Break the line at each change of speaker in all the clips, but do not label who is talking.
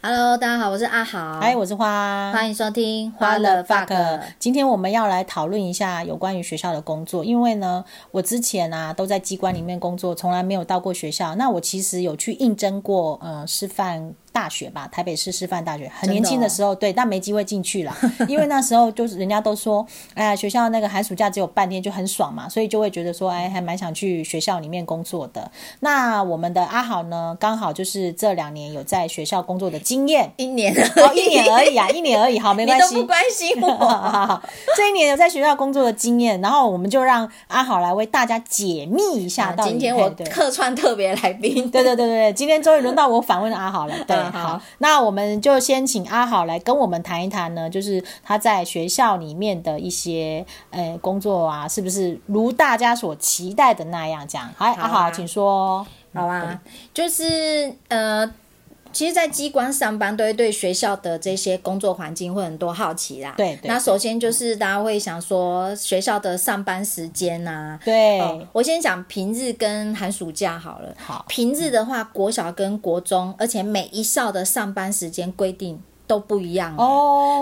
Hello，大家好，我是阿豪，
哎嗨，我是花，
欢迎收听《
花
花了
了
fuck》。
fuck。今天我们要来讨论一下有关于学校的工作，因为呢，我之前啊都在机关里面工作，从来没有到过学校。那我其实有去应征过，呃，师范大学吧，台北市师范大学，很
的
年轻的
哦
时候，对，但没机会 进去了，因为那时候就是人家都说，哎呀，学校那个寒暑假只有半天，就很爽嘛，所以就会觉得说，哎，还蛮想去学校里面工作的。那我们的阿豪呢，刚好就是这两年有在学校工作的经验。
一年
哦，
哦
一年而已啊，一年而已，好，没
你
关
都
系。
不关心
好好
我，
好，这一年有在学校工作的经验，然后我们就让阿好来为大家解密一下到
啊
底。
今天我
对
客串特别来宾，
对对对对，今天终于轮到我访问阿好了。对，
嗯 好
好，那我们就先请阿好来跟我们谈一谈呢，就是他在学校里面的一些呃工作啊，是不是如大家所期待的那样？这样，好，
好啊
阿好，请说。
好啊，就是呃。其实，在机关上班都会对学校的这些工作环境会很多好奇啦。
对对
那首先就是大家会想说学校的上班时间呐、啊。
对，
哦我先讲平日跟寒暑假好了。
好
平日的话，国小跟国中，而且每一校的上班时间规定都不一样哦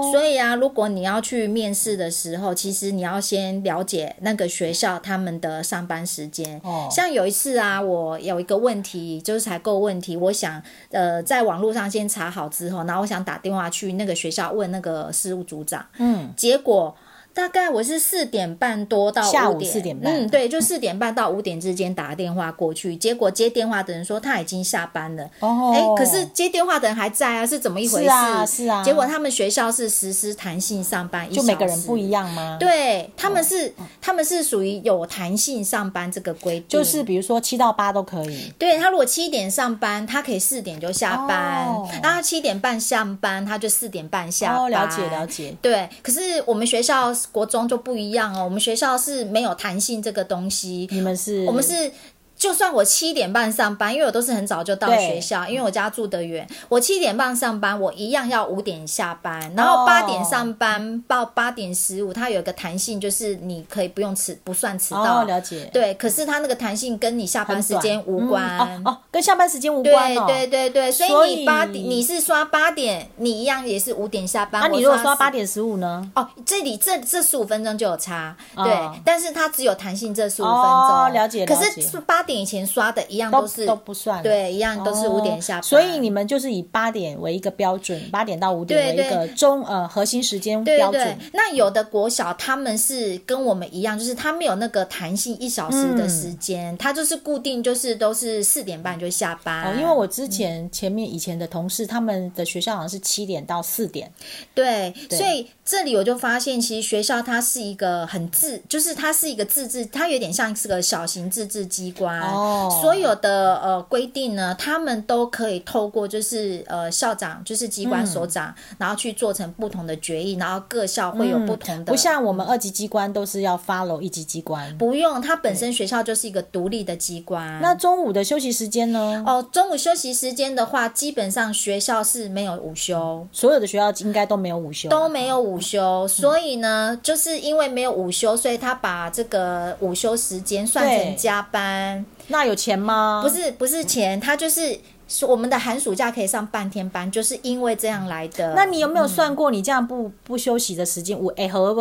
哦，
所以啊，如果你要去面试的时候，其实你要先了解那个学校他们的上班时间。
哦
像有一次啊，我有一个问题，就是采购问题，我想呃在网络上先查好之后，然后我想打电话去那个学校问那个事务组长，
嗯，
结果。大概我是四点半多到
下午
5
4:30
嗯，对，就四点半到五点之间打电话过去，结果接电话的人说他已经下班了，
哦，
哎、可是接电话的人还在啊，是怎么一回事？
是啊是啊
结果他们学校是实施弹性上班，
就每个人不一
样。
样哦吗？。
对，他们是、他们是属于有弹性上班这个规定，
就是比如说七到八都可以，
对他如果七点上班，他可以四点就下班
哦，
然后七点半上班，他就四点半下班。
哦，了解了解，
对，可是我们学校国中就不一样哦，我们学校是没有弹性这个东西，
你们是
我们是。就算我七点半上班，因为我都是很早就到
对
学校，因为我家住得远。我七点半上班，我一样要五点下班，然后
哦
八点上班到八点十五，它有一个弹性，就是你可以不用迟，不算迟到。
哦，了解，
对，可是它那个弹性跟你下班时间
很短
无关。
嗯哦哦，跟下班时间无关
对
哦。
对对对，所
所
以
以
你八点你是刷八点，你一样也是五点下班。
那、你
我
如果刷
10
八点十五呢？
哦，这里这这十五分钟就有差，
哦
对，但是它只有弹性这十五分钟，
哦了解
可
了
是
解
八点以前刷的一样
都
是
都不算，
对，一样
哦，
都是五点下班，
所以你们就是以八点为一个标准，八点到五点为
对
一个中呃核心时间
对
标准。
对。那有的国小他们是跟我们一样，就是他们有那个弹性一小时的时间，他、就是固定就是都是四点半就下班，
哦，因为我之前前面以前的同事，他们的学校好像是七点到四点，
对，所以这里我就发现，其实学校它是一个很自，就是它是一个自治，它有点像是个小型自治机关。
哦
所有的呃规定呢，他们都可以透过就是呃校长，就是机关所长，
嗯
然后去做成不同的决议，然后各校会有嗯不同的。
嗯不像我们二级机关都是要 follow 一级机关。
不用，它本身学校就是一个独立的机关。
那中午的休息时间呢？
哦，中午休息时间的话，基本上学校是没有午休。
所有的学校应该都没有午休，
都没有午休，所以呢，就是因为没有午休，所以他把这个午休时间算
对
成加班，
那有钱吗？
不是不是钱，他就是说我们的寒暑假可以上半天班，就是因为这样来的。
那你有没有算过你这样不不休息的时间？我哎，何不？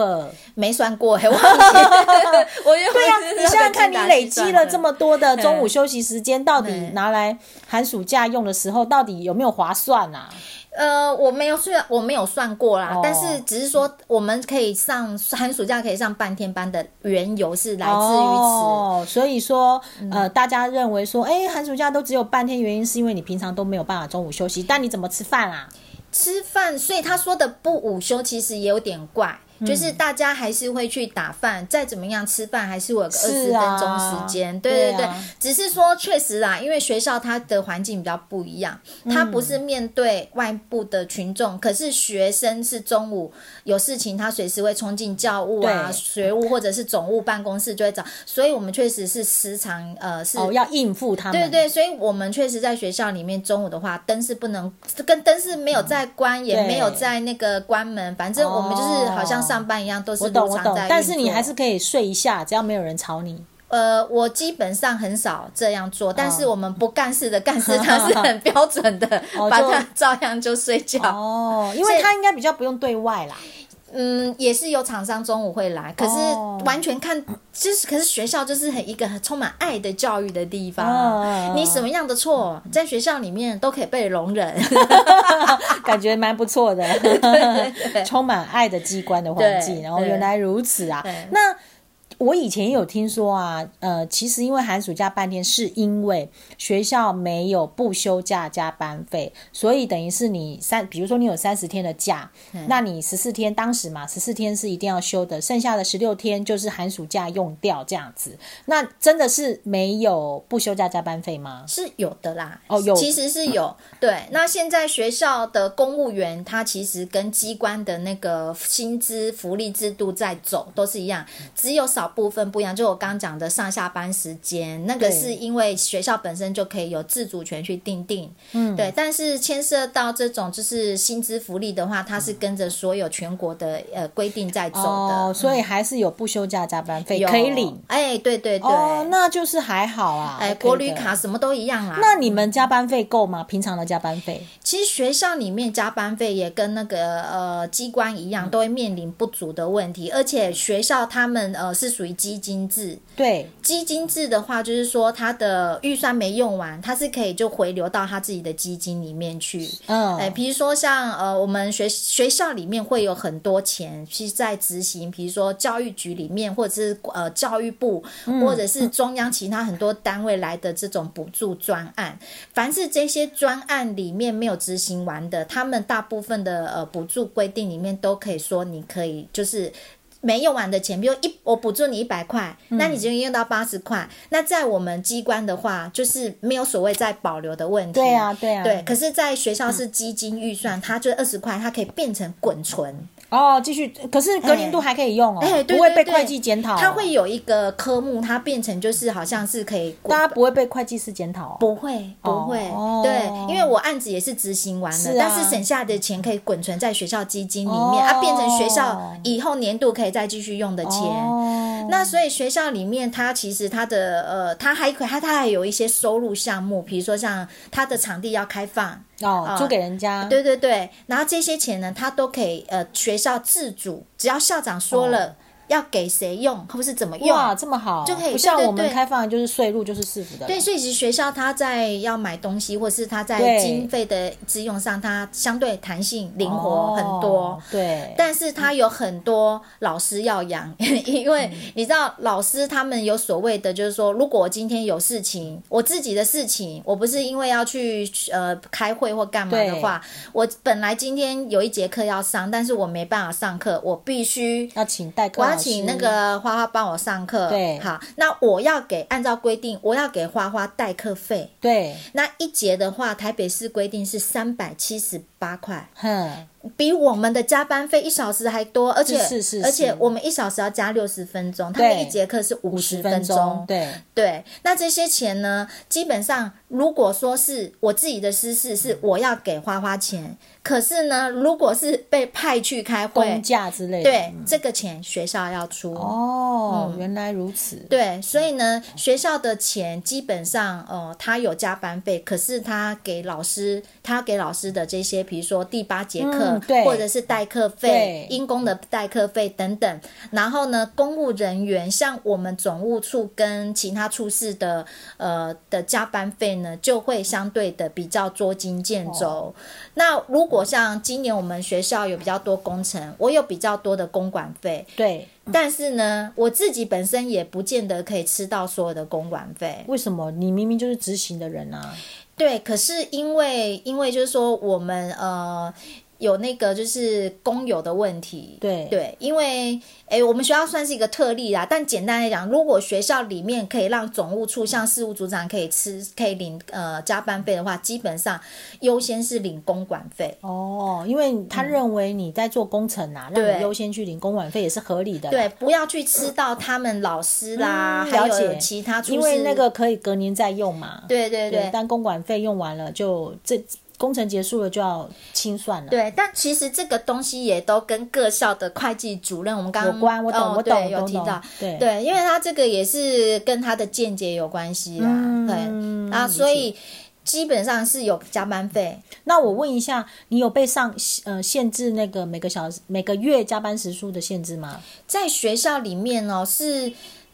没算 过、欸，忘记。啊我就
对呀、你想想看，你累积了这么多的中午
对
休息时间，到底
对
拿来寒暑假用的时候，到底有没有划算啊？
呃，我没有算，我没有算过啦，
哦
但是只是说我们可以上寒暑假可以上半天班的缘由是来自于此。嗯
哦，所以说，呃，大家认为说，哎、寒暑假都只有半天，原因是因为你平常都没有办法中午休息，但你怎么吃饭啊？
吃饭，所以他说的不午休其实也有点怪，
嗯
就是大家还是会去打饭，再怎么样吃饭还是会有个二十
是
分
啊
钟时间，对
对
对
啊
对，只是说确实啦，因为学校它的环境比较不一样，它
嗯
不是面对外部的群众，可是学生是中午有事情，他随时会冲进教务啊、
对
学务或者是总务办公室就会找，所以我们确实是时常呃是
哦，要应付他们。
对对，所以我们确实在学校里面，中午的话灯是不能，跟灯是没有在关，也
嗯对哦
没有在那个关门，反正我们就是好像上班一样，都是
我懂
如
我
常
懂
在运作。，
但是你还是可以睡一下，只要没有人吵你。
呃，我基本上很少这样做，但是我们不干事的干事他是 很标准的，
哦
把
就
它照样就睡觉。
哦，因
所
为
以
他应该比较不用对外啦。
嗯，也是有厂商中午会来，可是
哦
完全看，就是可是学校就是很一个很充满爱的教育的地方
嗯
啊
嗯。嗯
你什么样的错，在学校里面都可以被容忍。
感觉蛮不错的，充满爱的机关的环境。
对
然后
对
原来如此啊
对！
那我以前也有听说啊，呃，其实因为寒暑假半天，是因为学校没有不休假加班费，所以等于是你三，比如说你有三十天的假，
嗯
那你十四天当时嘛，十四天是一定要休的，剩下的十六天就是寒暑假用掉这样子。那真的是没有不休假加班费吗？
是有的啦，
哦有
其实是有。对，那现在学校的公务员，他其实跟机关的那个薪资福利制度在走，都是一样，只有少部分不一样。就我刚刚讲的上下班时间，那个
对
是因为学校本身就可以有自主权去定定，嗯，对。但是牵涉到这种就是薪资福利的话，它是跟着所有全国的呃规定在走的，
哦，所以还是有不休假加班费
嗯有
可以领。。
哎，对对对，
哦，那就是还好啊。
哎，
OK 的
国旅卡。什么都一样啦。
那你们加班费够吗？平常的加班费？
其实学校里面加班费也跟那个呃机关一样，都会面临不足的问题，而且学校他们呃是属于基金制。
对，
基金制的话，就是说它的预算没用完，它是可以就回流到他自己的基金里面去。
嗯，
哎，比如说像呃，我们学学校里面会有很多钱是在执行，比如说教育局里面，或者是呃教育部，或者是中央其他很多单位来的这种补助专案。凡是这些专案里面没有执行完的，他们大部分的呃补助规定里面都可以说，你可以就是没用完的钱，比如一我补助你一百块，那
嗯
你只能用到八十块。那在我们机关的话，就是没有所谓再保留的问题。
对啊对啊嗯
对。可是，在学校是基金预算，它就二十块，它可以变成滚存，
哦，继续。可是格林度还可以用哦，
哎，对
不会
对
被
对
会计检讨哦、
它会有一个科目，它变成就是好像是可以滚
大家不会被会计师检讨、哦。
不会，不会，
哦
对，因为我案子也是执行完了，
是啊
但是省下的钱可以滚存在学校基金里面，
哦
啊，变成学校以后年度可以再继续用的钱。
哦，
那所以学校里面，它其实它的呃，它还可它它还有一些收入项目，比如说像它的场地要开放，
哦，
啊
租给人家。
对对对，然后这些钱呢，它都可以呃学校自主，只要校长说了、
哦
要给谁用或是怎么用，
哇，这么好，
就可以
不像
对对
我们
对
开放的就是税入就是市府的。
对，所以其实学校它在要买东西，或是它在
对
经费的支用上，它相对弹性灵
哦，
活很多。
对，
但是它有很多老师要养， 因为
嗯
你知道老师他们有所谓的，就是说，如果我今天有事情，我自己的事情，我不是因为要去呃开会或干嘛的
对
话，我本来今天有一节课要上，但是我没办法上课，我必须
要请代课
我
老
要
师。
请那个花花帮我上课，
对
好，那我要给按照规定，我要给花花代课费。
对，
那一节的话，台北市规定是三百七十八块，
哼，
比我们的加班费一小时还多，而且
是是是
而且我们一小时要加六十分钟，他
对
们一节课是五
五
十
十
分
分
钟，
钟，对，
对，那这些钱呢，基本上如果说是我自己的私
嗯
事，是我要给花花钱，可是呢，如果是被派去开
公
会。
价之类的。
对，这个钱学校要出
哦，原来如此。
对，所以
嗯
呢，学校的钱基本上，呃，他有加班费，可是他给老师，他给老师的这些，比如说第八节课，
嗯对
或者是代课费
对、
因公的代课费等等。然后呢，公务人员像我们总务处跟其他处室的，呃的加班费呢，就会相对的比较捉襟见肘。
哦
那如果像今年我们学校有比较多工程，我有比较多的公管费，
对，
但是呢，我自己本身也不见得可以吃到所有的公管费。
为什么你明明就是执行的人啊？
对，可是因为因为就是说我们呃有那个就是公有的问题。
对
对，因为诶我们学校算是一个特例啦，但简单来讲，如果学校里面可以让总务处像事务组长可以吃可以领呃加班费的话，基本上优先是领公管费。
哦，因为他认为你在做工程啊，
嗯
让
对
你优先去领公管费也是合理的啦。
对，不要去吃到他们老师啦，
嗯
还
了
有
解
其他处
因为
室
那个可以隔年再用嘛。
对对对
但公管费用完了就这工程结束了就要清算了。
对，但其实这个东西也都跟各校的会计主任，我们刚刚
有关我懂
哦
我
对
懂
有
懂
提
懂
到，
对
对，因为他这个也是跟他的见解有关系啦，
嗯
对，啊，
理
所
解
以基本上是有加班费，
那我问一下，你有被上呃限制那个每个小时、每个月加班时数的限制吗？
在学校里面哦是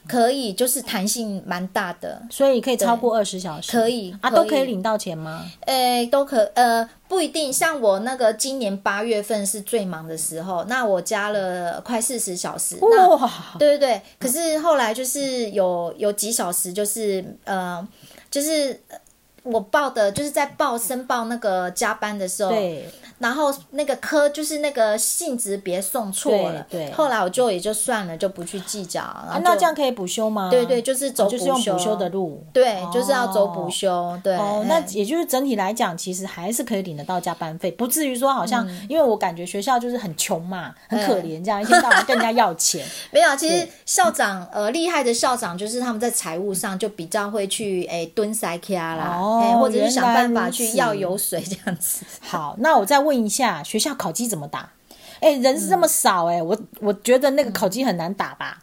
可以，就是弹性蛮大的，
所以可以超过二十小时？
可以
啊，
可
都可以
以
领到钱吗？
诶，都可呃不一定，像我那个今年八月份是最忙的时候，那我加了快四十小时，那
哇，
对对对，可是后来就是有有几小时，就是呃，就是呃我报的，就是在报申报那个加班的时候，
对，
然后那个科就是那个性质别送错了，
对对
后来我就也就算了，就不去计较，然
啊
后、
那这样。可以补休吗？
对对，就是走
哦就是用补休的路。
对，就是要走
哦
补休。对，
哦，那
哎
也就是整体来讲，其实还是可以领得到加班费，不至于说好像，
嗯
因为我感觉学校就是很穷嘛，很可怜，这样一天到晚跟人家要钱。
没有，其实
对
校长呃厉害的校长就是他们在财务上就比较会去哎蹲塞卡啦，
哦
哎或者
原
是想办
来
法
如
去
此
要油水这样子。
好，那我再问一下，学校考鸡怎么打？哎、人是这么少
嗯
哎、我我觉得那个考鸡很难打吧？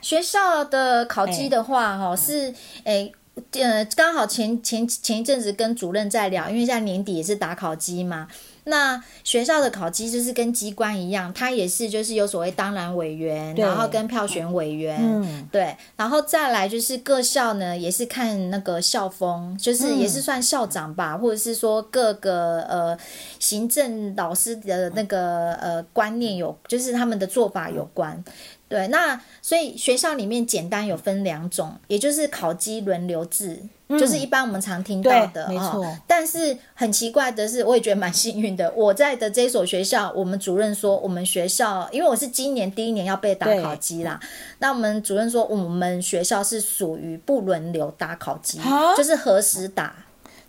学校的考
哎
绩的话，
嗯
哈、是诶。呃，刚好前前前一阵子跟主任在聊，因为现在年底也是打考绩嘛。那学校的考绩就是跟机关一样，它也是就是有所谓当然委员，
对
然后跟票选委员，
嗯，
对，然后再来就是各校呢也是看那个校风，就是也
嗯
是算校长吧，或者是说各个呃行政老师的那个呃观念有，就是他们的做法有关。对，那所以学校里面简单有分两种，也就是考绩轮流制，就是一般我们常听到的
嗯对没错
哦但是很奇怪的是，我也觉得蛮幸运的， 我在的这所学校，我们主任说我们学校，因为我是今年第一年要被打
对
考绩啦，那我们主任说嗯我们学校是属于不轮流打考绩
啊，
就是何时打，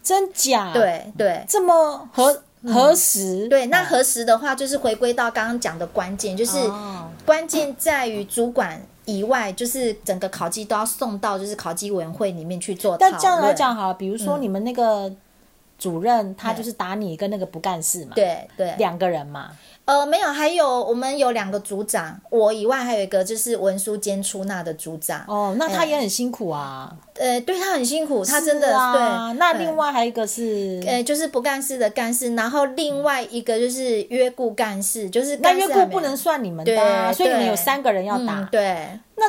真假？，
对对。
这么核核实、
对，那核实的话，就是回归到刚刚讲的关键，就是
哦
关键在于主管以外，就是整个考绩都要送到就是考绩委员会里面去做讨
但
论。
这样来讲好了，比如说
嗯
你们那个主任，他就是打你跟那个不干事嘛，，
对对，
两个人嘛，
呃，没有，还有我们有两个组长，我以外还有一个就是文书兼出纳的组长。
哦，那他也很辛苦啊，
呃，对他很辛苦，他真的
是啊
对。
那
对
另外还有一个是，
呃，就是不干事的干事，然后另外一个就是约雇干事，就是
那
干事
约
还
雇
没
不能算你们的啊，
对，
所以你们
对
有三个人要
嗯
打，
对，
那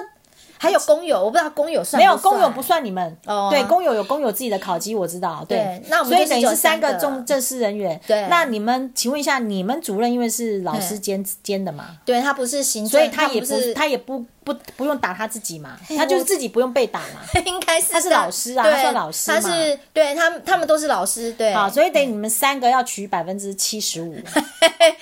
还有工友，我不知道工友算
没有
不算
工友不算你们，
哦
对，工友有工友自己的烤鸡，我知道，
对那我们
所以
就是
等于
只有
是三
三
个
个
重正式人员，
对
那你们请问一下，你们主任因为是老师兼兼的嘛，
对他不是行政，
所以他也
不
不哎
是，
他也不不不用打他自己嘛，
嘿
他就是
我
自己不用被打嘛。
应该是
他是
的
老师啊
对
他算老师嘛
他是对他们他们都是老师，对，
好，啊所以等于你们三个要取百分之七十五，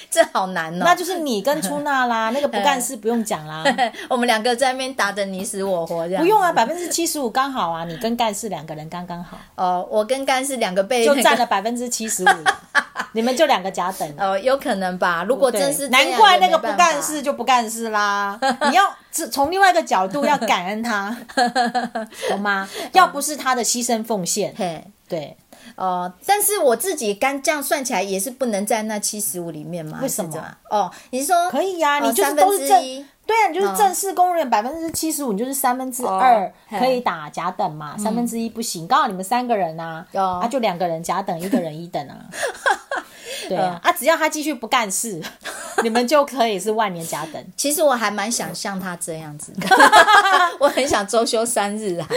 这好难哦。
那就是你跟出纳 啦，那个不干事不用讲啦，
我们两个在那边打得你死我活这样。
不用啊，百分之七十五刚好啊，你跟干事两个人刚刚好，
哦，我跟干是两个被
就
那个
占了百分之七十五， 你们就两个甲等，
哦，有可能吧。如果
对
真是这样
难怪那个
也
不
没办
干
法
事就不干事啦。你要这从另外一个角度要感恩他，懂吗？
嗯
要不是他的牺牲奉献，
嘿
对，
哦，但是我自己干这样算起来也是不能在那七十五里面嘛？
为什么
还是怎样？哦，你说
可以
哦
呀、你就是
三分
都是
之
正
一。嗯
对啊，你就是正式公务员百分之七十五，你就是三分之二
哦嘿嗯
可以打甲等嘛，三分之一不行。刚好你们三个人呐、啊，
哦
啊就两个人甲等，一个人一 等啊。对啊，
嗯
啊只要他继续不干事， 你们就可以是万年甲 等。
其实我还蛮想像他这样 子的，我很想周休三日啊。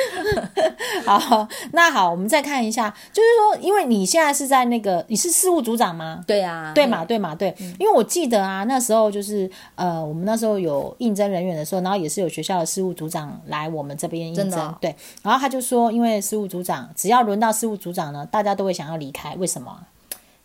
好，那好，我们再看一下，就是说，因为你现在是在那个，你是事务组长吗？
对啊，
对嘛，对嘛，对，因为我记得啊，那时候就是呃，我们那时候有应征人员的时候，然后也是有学校的事务组长来我们这边应
真
征，
的哦
对，然后他就说，因为事务组长只要轮到事务组长呢，大家都会想要离开，为什么啊？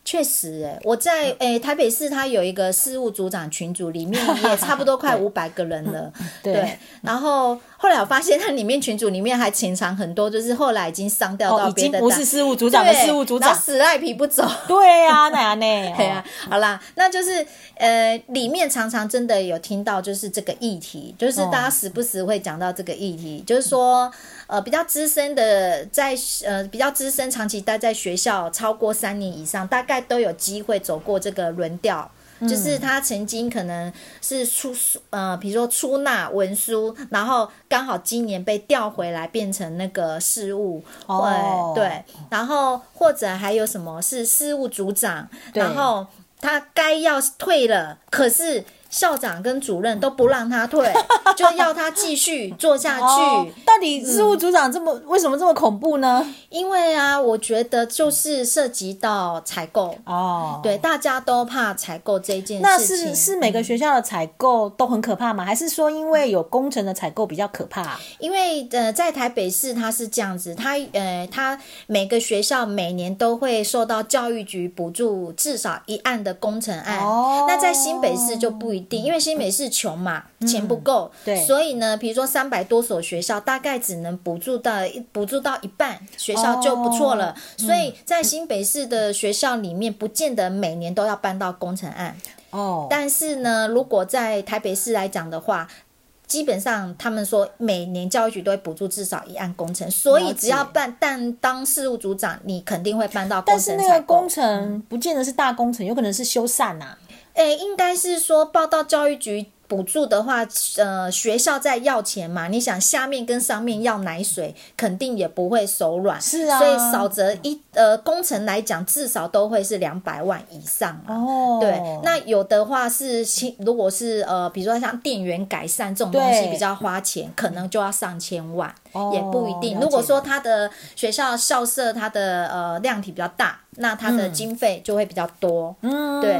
确实、欸，我在诶、
嗯
台北市，它有一个事务组长群组，里面也差不多 快五百个人了。
嗯对
然后后来我发现，它里面群组里面还潜藏很多，就是后来已经上调
哦，
到
已
别
经
的
不
大
是事务组长 的
对
事务组
然
长
后，死赖皮不走。
对呀、啊，那样呢？
对啊，好啦，那就是呃，里面常常真的有听到就是这个议题，就是大家时不时会讲到这个议题，就是说呃，比较资深的在呃比较资深，长期待在学校超过三年以上，大概在都有机会走过这个轮调。就是他曾经可能是出呃，比如说出纳文书，然后刚好今年被调回来变成那个事务，
哦
对对，然后或者还有什么是事务组长，
对
然后他该要退了，可是。校长跟主任都不让他退， 就要他继续做下去。
哦，到底事务组长这么、为什么这么恐怖呢？
因为啊，我觉得就是涉及到采购，
哦，
对，大家都怕采购这件
那
事情。
是嗯是每个学校的采购都很可怕吗？还是说因为有工程的采购比较可怕、
因为呃，在台北市它是这样子，它呃，它每个学校每年都会受到教育局补助至少一案的工程案。
哦
那在新北市就不一定，因为新北市穷嘛，钱不够，
嗯对
所以呢，比如说三百多所学校，大概只能补助到一补助到一半，学校就不错
哦
了。
嗯
所以在新北市的学校里面，不见得每年都要搬到工程案。
哦，
但是呢，如果在台北市来讲的话，基本上他们说每年教育局都会补助至少一案工程，所
了
以
解
只要办但当事务组长，你肯定会办到工
但是
程
那个
采购
工。程不见得是大工程，有可能是修缮啊呐、
诶、哎应该是说报到教育局。补助的话，呃，学校在要钱嘛，你想下面跟上面要奶水，肯定也不会手软，
是啊
所以少则一呃工程来讲，至少都会是两百万以上啊。
哦，
对，那有的话是新，如果是呃，比如说像电源改善这种东西
对
比较花钱，可能就要上千万，
哦
也不一定。
了解
如果说他的学校校舍它的呃量体比较大，那它的经费就会比较多。
嗯，
对，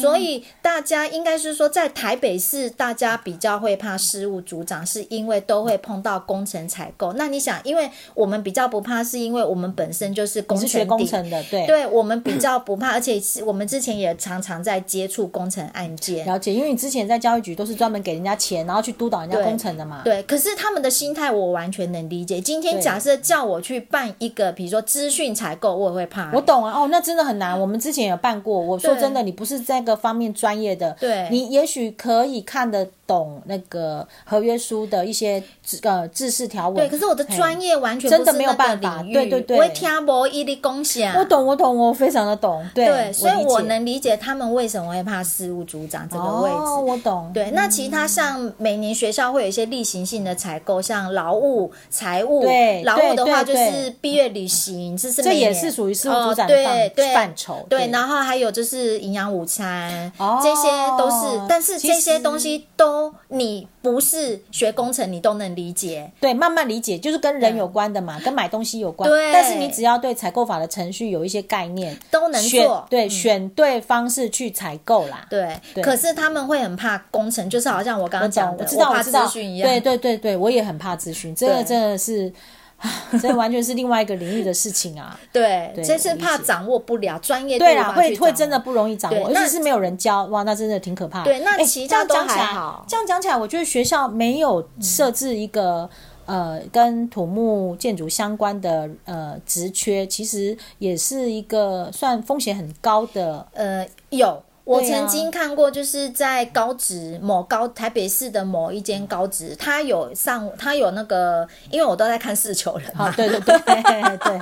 所以大家应该是说，在台北市，大家比较会怕事务组长，是因为都会碰到工程采购。那你想，因为我们比较不怕，是因为我们本身就是工
你是
程
学工
底
程的，对。
对我们比较不怕，而且是我们之前也常常在接触工程案件。
了解，因为你之前在教育局都是专门给人家钱，然后去督导人家
对
工程的嘛。
对，可是他们的心态我完全能理解。今天
对
假设叫我去办一个，比如说资讯采购，我也会怕。
我懂啊，哦，那真的很难。我们之前有办过，我说
对
真的，你不是这个方面专业的，
对
你也许可以看得懂那个合约书的一些知呃制式条文。
对，可是我的
嘿
专业完全
真
不
的
是
没有
那个
办法
领域
对对对
我会听不一的贡献。
我懂，我懂，我非常的懂。对，
对，所以
理解
我能理解他们为什么会怕事务组长这个位置。
哦，我懂。
对，那其
嗯
他像每年学校会有一些例行性的采购，像劳务、财务。
对
劳务的
对
话就
对
是毕业旅行，这是
这
每
也
年
是属于事务
哦
组长的
对
范
对
范畴
对，
对
然后还有就是营养午餐，
哦
这些都是，但是
其
这些
实
东西都你不是学工程，你都能理解。
对，慢慢理解，就是跟人有关的嘛，跟买东西有关。
对
但是你只要对采购法的程序有一些概念，
都能
选
做嗯
对，选对方式去采购啦。
对，
对
可是他们会很怕工程，就是好像我刚
我
刚
懂
讲，的，
我知道，
怕
我知道。
咨询一样。
对对对对，我也很怕咨询，这个
对
真的是， 这完全是另外一个领域的事情啊。
对，
对
这是
我理
怕
解
掌握不了专业度
对啦，
无法
会
去
会
掌
真的
握
不容易掌握，
对
尤
那
其是没有人教，哇，那真的挺可怕的。
对那
哎
其
这样
他都
讲起
还
来
好
这样讲起来，我觉得学校没有设置一个、呃
嗯
跟土木建筑相关的呃职缺，其实也是一个算风险很高的。
呃，有。我
对啊
曾经看过，就是在高职某高台北市的某一间高职，他有上他有那个，因为我都在看四球人
好，
嘛，
哦对对对 对，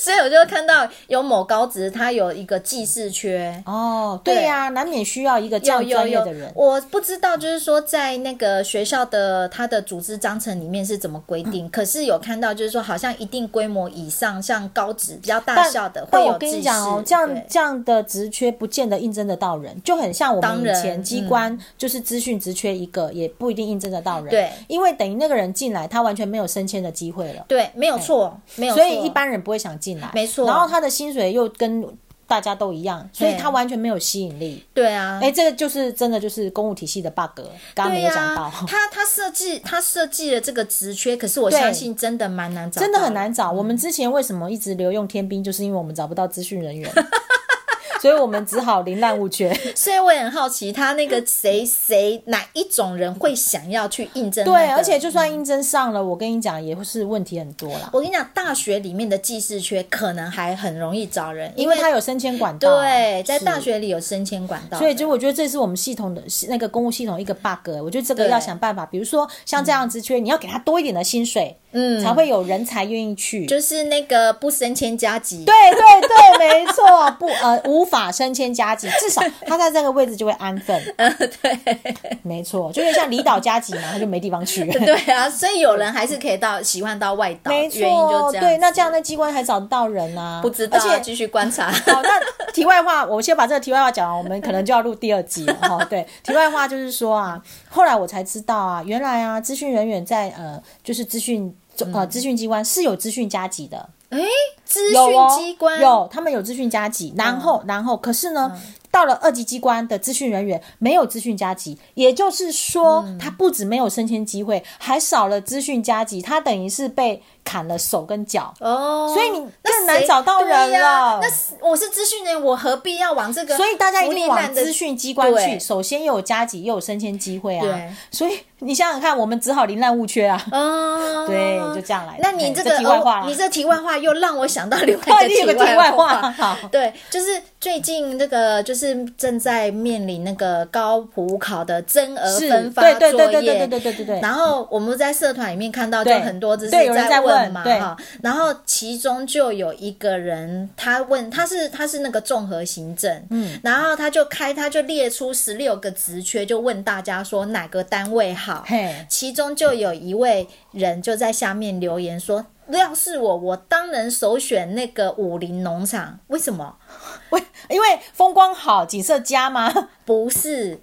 所以我就看到有某高职他有一个技师缺，
哦，对呀、难免需要一个这
有
样
有
专业的
有
人，。
我不知道，就是说在那个学校的它的组织章程里面是怎么规定，
嗯
可是有看到就是说好像一定规模以上，像高职比较大
但
校的会
但
有
我
技
跟
师，
你讲哦，这样
对
这样的职缺不见得应征得到人，就很像我们
当
以
然
前机
嗯
关就是资讯职缺一个，也不一定应征得到人。
对
因为等于那个人进来，他完全没有升迁的机会了，
对，没有错，没有错，
哎所以一般人不会想进来。
没错
然后他的薪水又跟大家都一样，所以
对
他完全没有吸引力。
对啊，
哎，这个就是真的就是公务体系的 bug，刚刚
对
没
呀，
有讲 到。
他他设计他设计了这个职缺，可是我
对
相信真的嗯蛮难找，
真的很。难找。我们之前为什么一直留用天兵，就是因为我们找不到资讯人员， 所以我们只好零滥无缺。
所以我也很好奇，他那个谁谁哪一种人会想要去应征、
对，而且就算应征上了，我跟你讲也是问题很多啦，
我跟你讲，大学里面的技师缺可能还很容易找人，
因
为
为它有升迁管道。啊
对在
是
大。学里有升迁管道的，
所以，就我觉得这是我们系统的那个公务系统一个 bug，我觉得这个
对
要想办法。比如说像这样职缺，你要给他多一点的薪水，嗯，才会有人才愿意去。
就是那个不升迁加级，
对对对，没错，不呃 无法升迁加级，至少他在这个位置就会安分。
呃，对
没错，就有点像离岛加级嘛，他就没地方去。
对啊，所以有人还是可以到喜欢到外岛，
没
原因就
错，
这样。
对，那这样那机关还找得到人啊？
不知道啊，
而且。
继续观察。
好，那题外话，我先把这个题外话讲完，我们可能就要录第二集了哈、 对，题外话就是说啊，后来我才知道啊，原来啊，资讯人员在呃，就是资讯呃，资讯机关是有资讯加级的，
哎，嗯资
有
讯
哦
机关嗯
有，他们有资讯加级，然后、然后可是呢，到了二级机关的资讯人员没有资讯加级，也就是说，
嗯
他不止没有升迁机会，还少了资讯加级，他等于是被砍了手跟脚。
哦，
所以你
那
更难
谁
找到
对
人
呀
了
那是我是资讯人，我何必要往 这个？
所以大家一定往资
的。
讯机关去，
对
首先又有加级，又有升迁机会
对
啊。所以你想想看，我们只好罹难误缺 啊。
哦，
对就这样来的
那你
嘿
这
这
个
题外话
哦
啦
你这题外话又让我想到另
哦
外一
你有
个
个
题
题外话 好
对，就是最近那个就是正在面临那个高普考的增额
是，
分发
对对对
作
对对
业
对。对对对对。
然后我们在社团里面看到，就
对
很多就是
对有人在
问
问
嘛
对
哈。然后其中就有一个人，他问他是他是那个综合行政，嗯，然后他就开他就列出十六个职缺，就问大家说哪个单位好，
嘿，
其中就有一位人就在下面留言说：“要是我，我当然首选那个武林农场。为什么？
喂，因为风光好，景色佳嘛。
不是，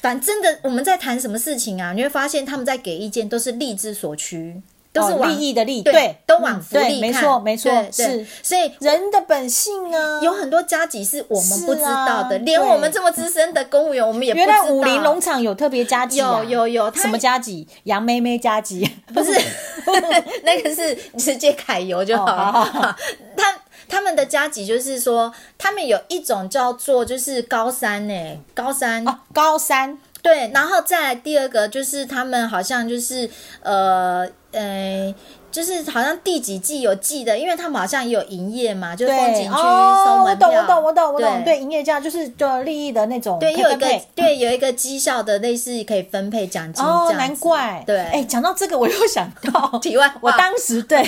反正的我们在谈什么事情啊？你会发现他们在给意见都是利之所趋，都是
哦
往、
利益的利，
对，
对，
都往
嗯
福
对
利看。
没错，没错
对，对
是
所以。”
人的本性啊。
有很多加急是我们不知道的，
是啊
连我们
对
这么资深的公务员，我们也不知
原
道。
来武林农场有特别加级啊，
有有有它
什么加级？杨妹妹加级，
不 是， 那个是直接揩油就好
哦
了。
好好
他他们的加急就是说，他们有一种叫做就是高三呢、高三、
哦，高三
对，然后再来第二个就是他们好像就是呃呃。就是好像第几季有季的，因为他们好像也有营业嘛，就是风景
对
区收
哦，我
门票。
懂我懂我懂我懂，
对
对，营业价就是就利益的那种
对，
配
有一
配
个
配
对有一个绩效的类似可以分配奖金这
哦，
样
难
子。
怪
对
哎，讲到这个我又想到
题外话
我当时对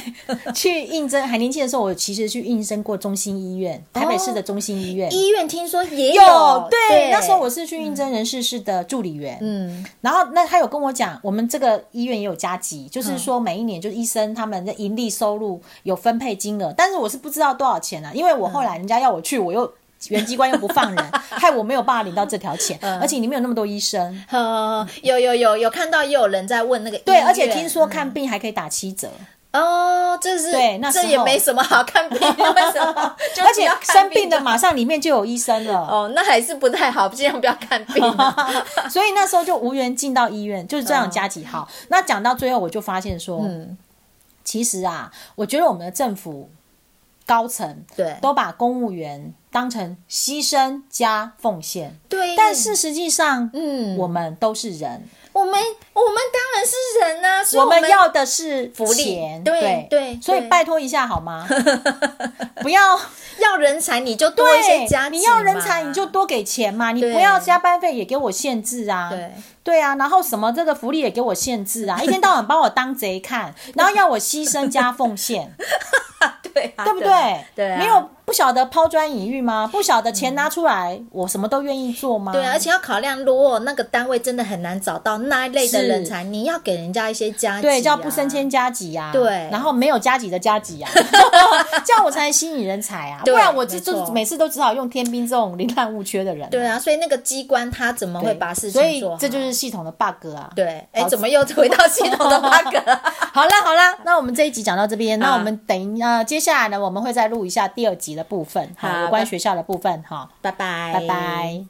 去应征还年轻的时候，我其实去应征过中心医院，台北市的中心医院
哦医院听说也
对，
对，
那时候我是去应征人事室的助理员，
嗯
然后那他有跟我讲，我们这个医院也有加急，就是
嗯
说每一年就是医生他们的盈利收入有分配金额，但是我是不知道多少钱啊，因为我
嗯
后来人家要我去，我又。原机关又不放 人，害我没有办法领到这条钱，
嗯
而且里面有那么多医生，
呃，有有有有看到，也有人在问那个医院，嗯
对，而且听说看病还可以打七折，
哦，这是
对那时
这
候
也没什么好 看病，为什么？ 就
而
只
且
要看
生
病
病的
就
马上里面就有医生了，
哦，那还是不太好，尽量不要看病啊。
所以那时候就无缘进到医院，就是这样加急号。那讲到最后，我就发现说，
嗯，
其实啊，我觉得我们的政府高层
对
都把公务员当成牺牲加奉献，
对，
但是实际上，
嗯
我们都是人，
我们我们当然是人呐，所以
我
们
们要的是
福利
钱，
对
对
对
所以
对
拜托一下 好吗？不要
要人才，你就多一些加急嘛，
你要人才你就多给钱嘛，你
对
不要加班费也给我限制啊。
对。
对啊，然后什么这个福利也给我限制 啊，一天到晚把我当贼看，然后要我牺牲加奉献，
对 啊
对不对？
对啊，
没有不晓得抛砖引玉吗？不晓得钱拿出来，我什么都愿意做吗？
对啊，而且要考量，如果那个单位真的很难找到那一类的
是
人才，你要给人家一些加急啊，
对，叫不升迁加级呀、啊，
对
然后没有加级的加级 呀、啊，这样我才能吸引人才啊，
对
不然我这
没错
就每次都只好用天兵这种零滥无缺的人、
对啊，所以那个机关他怎么
对，
会把事
所
情
以
做好？
这就是系统的 bug 啊。
对，哎，怎么又回到系统的 bug？了
好啦好啦，那我们这一集讲到这边，那
好
我们等一呃，接下来呢，我们会再录一下第二集的部分，
好哎
有关
拜
学校的部分，哈，
拜拜，
拜拜。